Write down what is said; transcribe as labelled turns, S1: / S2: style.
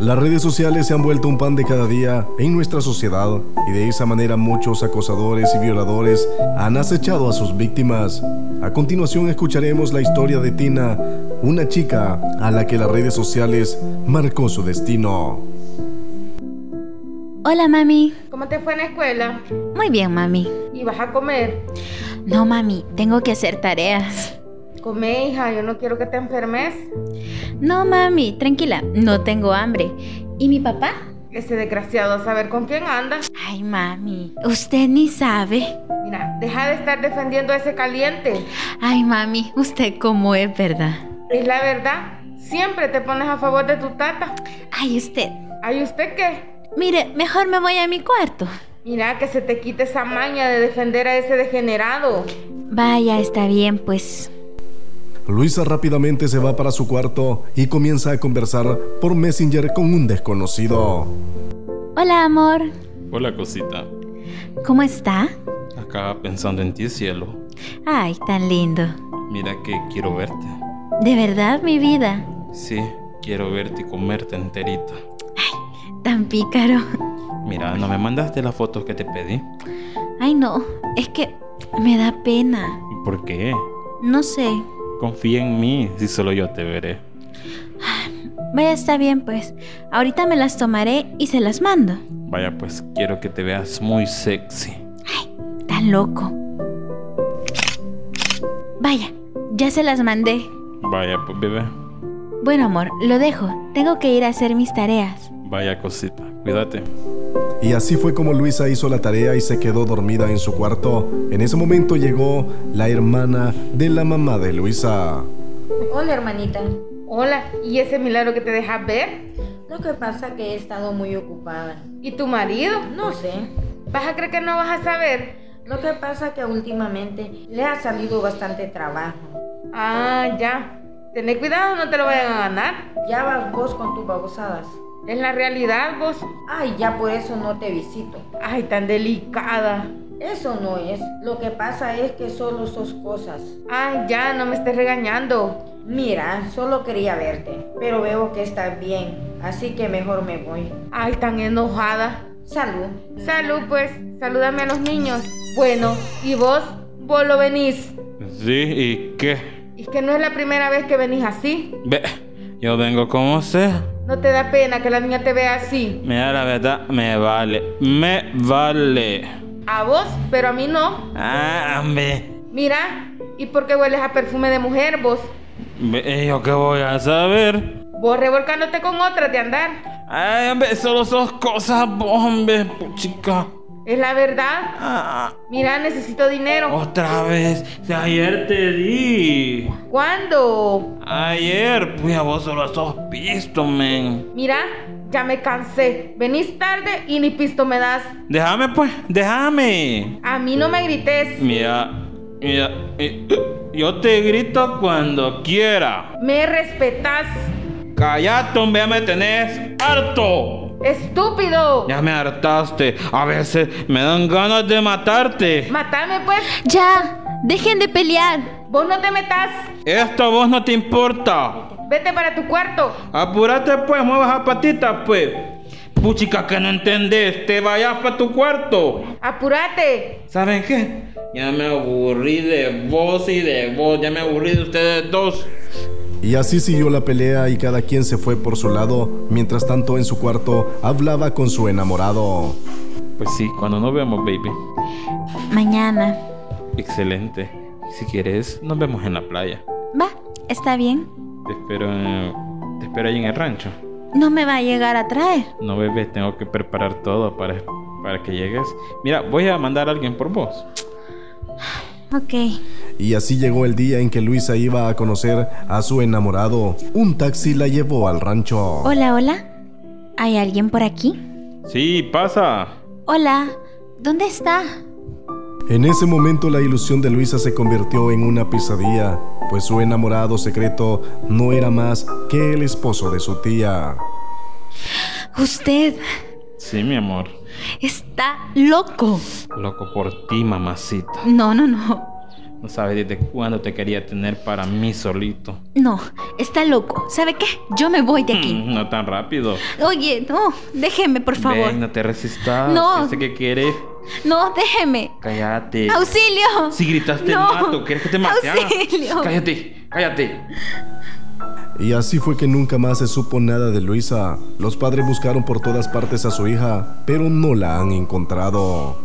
S1: Las redes sociales se han vuelto un pan de cada día en nuestra sociedad y de esa manera muchos acosadores y violadores han acechado a sus víctimas. A continuación escucharemos la historia de Tina, una chica a la que las redes sociales marcó su destino.
S2: Hola mami.
S3: ¿Cómo te fue en la escuela?
S2: Muy bien mami.
S3: ¿Y vas a comer?
S2: No mami, tengo que hacer tareas.
S3: Come hija, yo no quiero que te enfermes.
S2: No, mami, tranquila, no tengo hambre. ¿Y mi papá?
S3: Ese desgraciado a saber con quién anda.
S2: Ay, mami, usted ni sabe.
S3: Mira, deja de estar defendiendo a ese caliente.
S2: Ay, mami, usted cómo es, ¿verdad?
S3: Es la verdad. Siempre te pones a favor de tu tata.
S2: Ay, usted.
S3: ¿Ay, usted qué?
S2: Mire, mejor me voy a mi cuarto.
S3: Mira, que se te quite esa maña de defender a ese degenerado.
S2: Vaya, está bien, pues.
S1: Luisa rápidamente se va para su cuarto y comienza a conversar por Messenger con un desconocido.
S2: Hola, amor.
S4: Hola, cosita.
S2: ¿Cómo está?
S4: Acá pensando en ti, cielo.
S2: Ay, tan lindo.
S4: Mira que quiero verte.
S2: ¿De verdad, mi vida?
S4: Sí, quiero verte y comerte enterita.
S2: Ay, tan pícaro.
S4: Mira, ¿no me mandaste las fotos que te pedí?
S2: Ay, no. Es que me da pena.
S4: ¿Y por qué?
S2: No sé.
S4: Confía en mí, si solo yo te veré.
S2: Vaya, está bien pues. Ahorita me las tomaré y se las mando.
S4: Vaya, pues quiero que te veas muy sexy.
S2: Ay, tan loco. Vaya, ya se las mandé.
S4: Vaya, pues bebé.
S2: Bueno, amor, lo dejo. Tengo que ir a hacer mis tareas.
S4: Vaya cosita, cuídate.
S1: Y así fue como Luisa hizo la tarea y se quedó dormida en su cuarto. En ese momento llegó la hermana de la mamá de Luisa.
S5: Hola, hermanita.
S3: Hola, ¿y ese milagro que te dejas ver?
S5: Lo que pasa que he estado muy ocupada.
S3: ¿Y tu marido?
S5: No sé.
S3: ¿Vas a creer que no vas a saber?
S5: Lo que pasa que últimamente le ha salido bastante trabajo.
S3: Ah, ya. Tené cuidado, no te lo vayan a ganar.
S5: Ya vas vos con tus babosadas.
S3: Es la realidad, vos.
S5: Ay, ya por eso no te visito.
S3: Ay, tan delicada.
S5: Eso no es. Lo que pasa es que solo sos cosas.
S3: Ay, ya, no me estés regañando.
S5: Mira, solo quería verte, pero veo que estás bien, así que mejor me voy.
S3: Ay, tan enojada.
S5: Salud.
S3: Salud, pues. Salúdame a los niños. Bueno, ¿y vos? Vos lo venís.
S4: Sí, ¿y qué?
S3: Es que no es la primera vez que venís así.
S4: Ve, yo vengo como sea.
S3: ¿No te da pena que la niña te vea así?
S4: Mira, la verdad, me vale. Me vale.
S3: A vos, pero a mí no.
S4: Ah, hombre.
S3: Mira, ¿y por qué hueles a perfume de mujer vos?
S4: Ve, ¿Yo qué voy a saber?
S3: Vos revolcándote con otras de andar.
S4: Ay, hombre, solo sos cosas, vos, hombre, chica.
S3: Es la verdad.
S4: Ah,
S3: Mira, necesito dinero.
S4: otra vez. Si ayer te di.
S3: ¿Cuándo?
S4: Ayer, pues a vos solo sos visto, men.
S3: Mira, ya me cansé. Venís tarde y ni pisto me das.
S4: Déjame, pues, déjame.
S3: A mí no me grites.
S4: Mira, mira, eh, yo te grito cuando quiera.
S3: Me respetas.
S4: Callate, hombre, ya me tenés harto.
S3: Estúpido.
S4: Ya me hartaste. A veces me dan ganas de matarte.
S3: Matame pues.
S2: Ya, dejen de pelear.
S3: Vos no te metas.
S4: Esto a vos no te importa.
S3: Vete para tu cuarto.
S4: Apúrate pues, muevas a patitas pues. Puchica que no entendés, te vayas para tu cuarto.
S3: Apúrate.
S4: ¿Saben qué? Ya me aburrí de vos y de vos, ya me aburrí de ustedes dos.
S1: Y así siguió la pelea y cada quien se fue por su lado, mientras tanto en su cuarto hablaba con su enamorado.
S4: Pues sí, cuando nos vemos, baby.
S2: Mañana.
S4: Excelente. Si quieres, nos vemos en la playa.
S2: Va, está bien.
S4: Te espero, eh, te espero ahí en el rancho.
S2: No me va a llegar a traer.
S4: No, bebé, tengo que preparar todo para, para que llegues. Mira, voy a mandar a alguien por vos.
S2: Ok.
S1: Y así llegó el día en que Luisa iba a conocer a su enamorado. Un taxi la llevó al rancho.
S2: Hola, hola. ¿Hay alguien por aquí?
S4: Sí, pasa.
S2: Hola, ¿dónde está?
S1: En ese momento la ilusión de Luisa se convirtió en una pesadilla, pues su enamorado secreto no era más que el esposo de su tía.
S2: Usted
S4: Sí, mi amor.
S2: está loco.
S4: Loco por ti, mamacita.
S2: No, no, no.
S4: No sabes desde cuándo te quería tener para mí solito.
S2: No, está loco. ¿Sabe qué? Yo me voy de aquí.
S4: Mm, No tan rápido.
S2: Oye, no, déjeme, por favor.
S4: Ven, no te resistas.
S2: No.
S4: Yo sé que quieres.
S2: No, déjeme.
S4: Cállate.
S2: ¡Auxilio!
S4: Si gritaste,
S2: No.
S4: mato. ¿Quieres que te mate? ah?
S2: ¡Auxilio!
S4: Cállate, cállate.
S1: Y así fue que nunca más se supo nada de Luisa. Los padres buscaron por todas partes a su hija, pero no la han encontrado.